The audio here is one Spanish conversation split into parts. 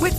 With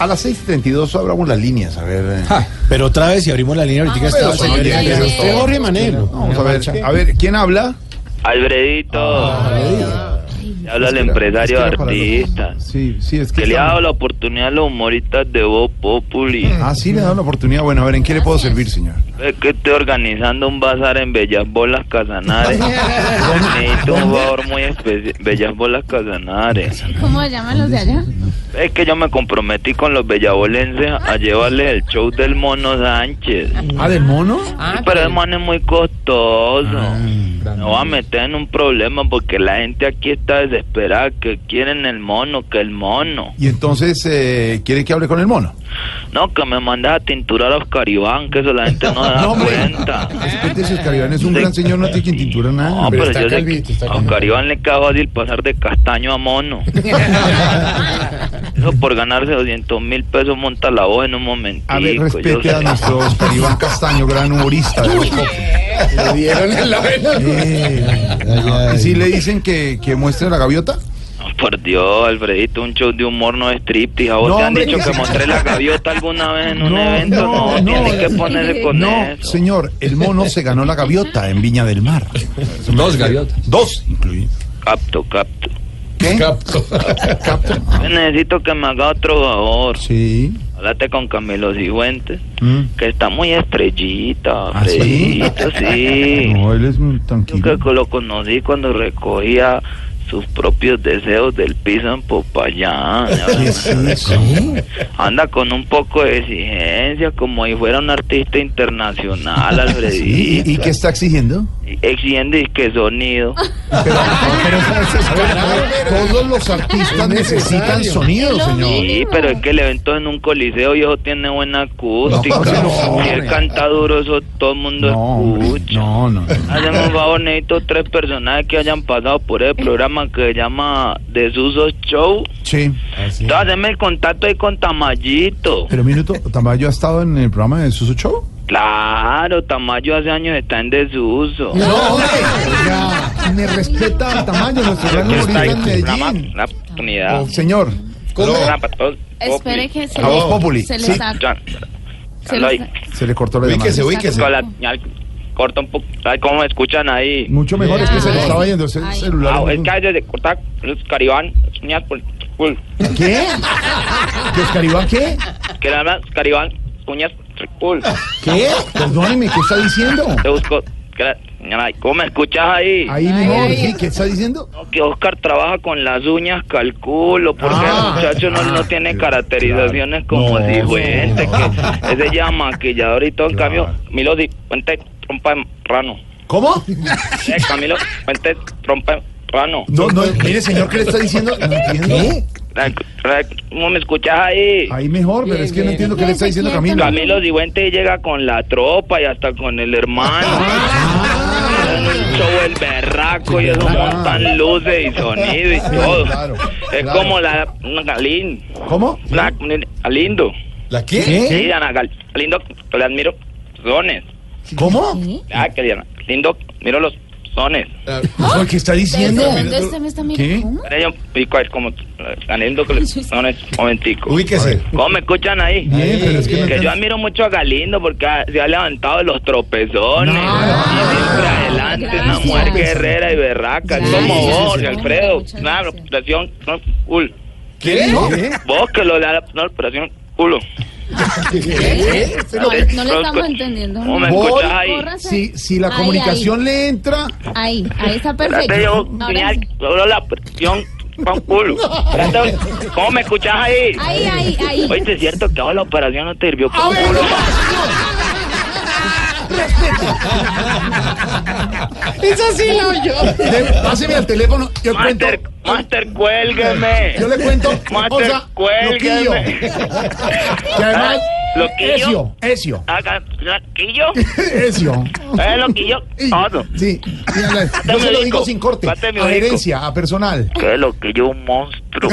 A las 6.32 abramos las líneas, a ver. eh. Pero otra vez, si abrimos la línea ahorita estaba el Ah, Pero, señor oye, Hernández. pero Usted todo- Jorge Manero. Vamos a ver, a ver, ¿quién habla? Albredito, Ah. te habla el empresario espera para los- artista. Sí, sí, es que... Que le ha está- dado la oportunidad a los humoristas de Voz Populi. Ah, sí, le da una oportunidad. Bueno, a ver, ¿en qué le puedo servir, señor? Es que estoy organizando un bazar en Bellas Bolas Casanares. Necesito un favor muy especial. Bellas Bolas Casanares. ¿Cómo se llaman los de allá? Es que yo me comprometí con los bellabolenses a llevarles el show del Mono Sánchez. ¿Ah, Ah. del mono? Mm, Sí, pero el man es muy costoso. Me voy a meter en un problema porque la gente aquí está desesperada. Que quieren el mono, que el mono. Y entonces, eh, ¿quiere que hable con el mono? No, que me mandas a tinturar a Oscar Iván, que eso la gente no se da No, hombre. cuenta. Ah. Respétese, Oscar Iván, es un Sí. gran señor, no tiene quien tintura nada. No, pero, está yo sé calvito, que está a Oscar Iván le cae fácil pasar de castaño a mono. Eso por ganarse 200 mil pesos monta la voz en un momento. A ver, respete a nuestro Oscar Iván Castaño, gran humorista. de Voz Le dieron en la vena. Populi. Eh. ¿Y si le dicen que, que muestre la gaviota? por Dios, Alfredito, un show de humor no es striptease. A vos No, te han hombre, dicho que- que mostré la gaviota alguna vez en un No, evento. no, No, no. tienes que ponerse con No, eso. señor, el mono se ganó la gaviota en Viña del Mar. Dos gaviotas. Dos, incluye. Capto, capto. ¿Qué? Capto. Yo necesito que me haga otro favor. Sí. Hablate con Camilo Sigüentes. Mm. Que está muy estrellita, ¿Ah, sí? Alfredito, sí. Ah, No, él es muy Yo tranquilo. creo que lo conocí cuando recogía sus propios deseos del piso en Popayán. ¿Qué es eso? Anda con un poco de exigencia, como si fuera un artista internacional, ¿Y, Alfredito. y qué está exigiendo? Exigiendo y que sonido. Todos los artistas necesitan sonido, señor. Sí, pero es que el evento es en un coliseo y eso tiene buena acústica. No, no, si él hombre. canta duro, eso todo el mundo No, hombre, escucha. no, no. no. Hacemos un favor, necesito tres personajes que hayan pasado por el programa que se llama Desusos Show. Sí. Entonces, haceme el contacto ahí con Tamayito. Pero un minuto, Tamayo ha estado en el programa de Suso Show. Claro, Tamayo hace años está en desuso. No, oiga, me respeta al Tamayo, nuestro gran Aquí humorista está Ah. ahí en una, Medellín. Oh, una oportunidad. Señor, Una para todos. Espere que se La voz les- populi, Se sí. les ha- Ya, se ya, les ya, ha- se le cortó la Ubíquese, llamada. ubíquese. con la señal, corta un poco. Ay, ¿Cómo me escuchan ahí? Mucho mejor es que se le estaba yendo ese Ah. Ay. celular. Ah, es que hay desde cortar los caribán. Señal por. por- ¿Qué? ¿De Oscar Iván qué? Que le hablan los caribán. Cuñas. por- ¿Qué? Perdóneme, ¿qué está diciendo? Te busco. que la- señal ahí. ¿Cómo me escuchas ahí? Ahí mejor, sí, ¿qué está diciendo? Que Oscar trabaja con las uñas, calculo, porque Ah. el muchacho no, no tiene caracterizaciones como No, si no, fuente, no. que ese ya maquillador y todo, en cambio, Milo Di Fuente, trompa en rano. ¿Cómo? Eh, Camilo Fuente, trompa en rano. No, no, mire, señor, ¿qué le está diciendo? No entiendo. Ra- ra- Eh, ¿Cómo me escuchas ahí? Ahí mejor, pero es que no entiendo qué le está diciendo Camilo. Camilo Di Fuente llega con la tropa y hasta con el hermano. Ah. Ah, En un show el berraco y eso claro. montan luces y sonido y Ah. Sí, todo. claro, Es claro. como la una Galín. ¿Cómo? Una- una- Galindo. ¿La qué? Sí, ¿Qué? Diana Gal- Lindo, le admiro sones. ¿Cómo? Ah, que Diana, lindo, miro los sones. ¿Eso ¿Qué está diciendo? ¿Dónde usted me está ¿Qué? mirando? ¿Cómo? Pero yo pico es como tan lindo eh, que los sones, momentico. Ubíquese. ¿Cómo me escuchan ahí? Bien, pero es que no Que yo entiendo. admiro mucho a Galindo porque ha- se ha levantado de los tropezones. No. y siempre adelante, una Gracias. mujer guerrera y berraca. Es como Gracias. vos, Alfredo. Muchas Una gracias. operación no, cool. ¿Qué? ¿Qué? Vos que lo da la una operación culo. No, no le estamos entendiendo. ¿Cómo me Voy. escuchas ahí? Córrase. Si, si la Ahí, comunicación le entra, Ahí, ahí está perfecto. Espérate, yo, Ahora señal, sí. logro la presión con culo. Espérate, ¿Cómo me escuchás ahí? Ahí, ahí, ahí. Oye, es cierto que ahora la operación no te sirvió con culo. respete. Esa sí la oyó. Páseme al teléfono. Yo cuento. Master, Master, cuélgueme. Yo le cuento. Master, o sea, cuélgueme. Loquillo. Que además. Ah, ¿loquillo? Ezio. Ezio. Haga, ¿Loquillo? Ezio. ¿Eh, loquillo? Todo. Sí. y a la- Páteme Yo se lo hocico, digo sin corte. páteme A hocico. herencia, a personal. ¿Qué loquillo? Un monstruo.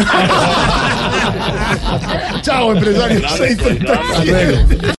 Chao, empresario. Claro, 6:37. colgamos.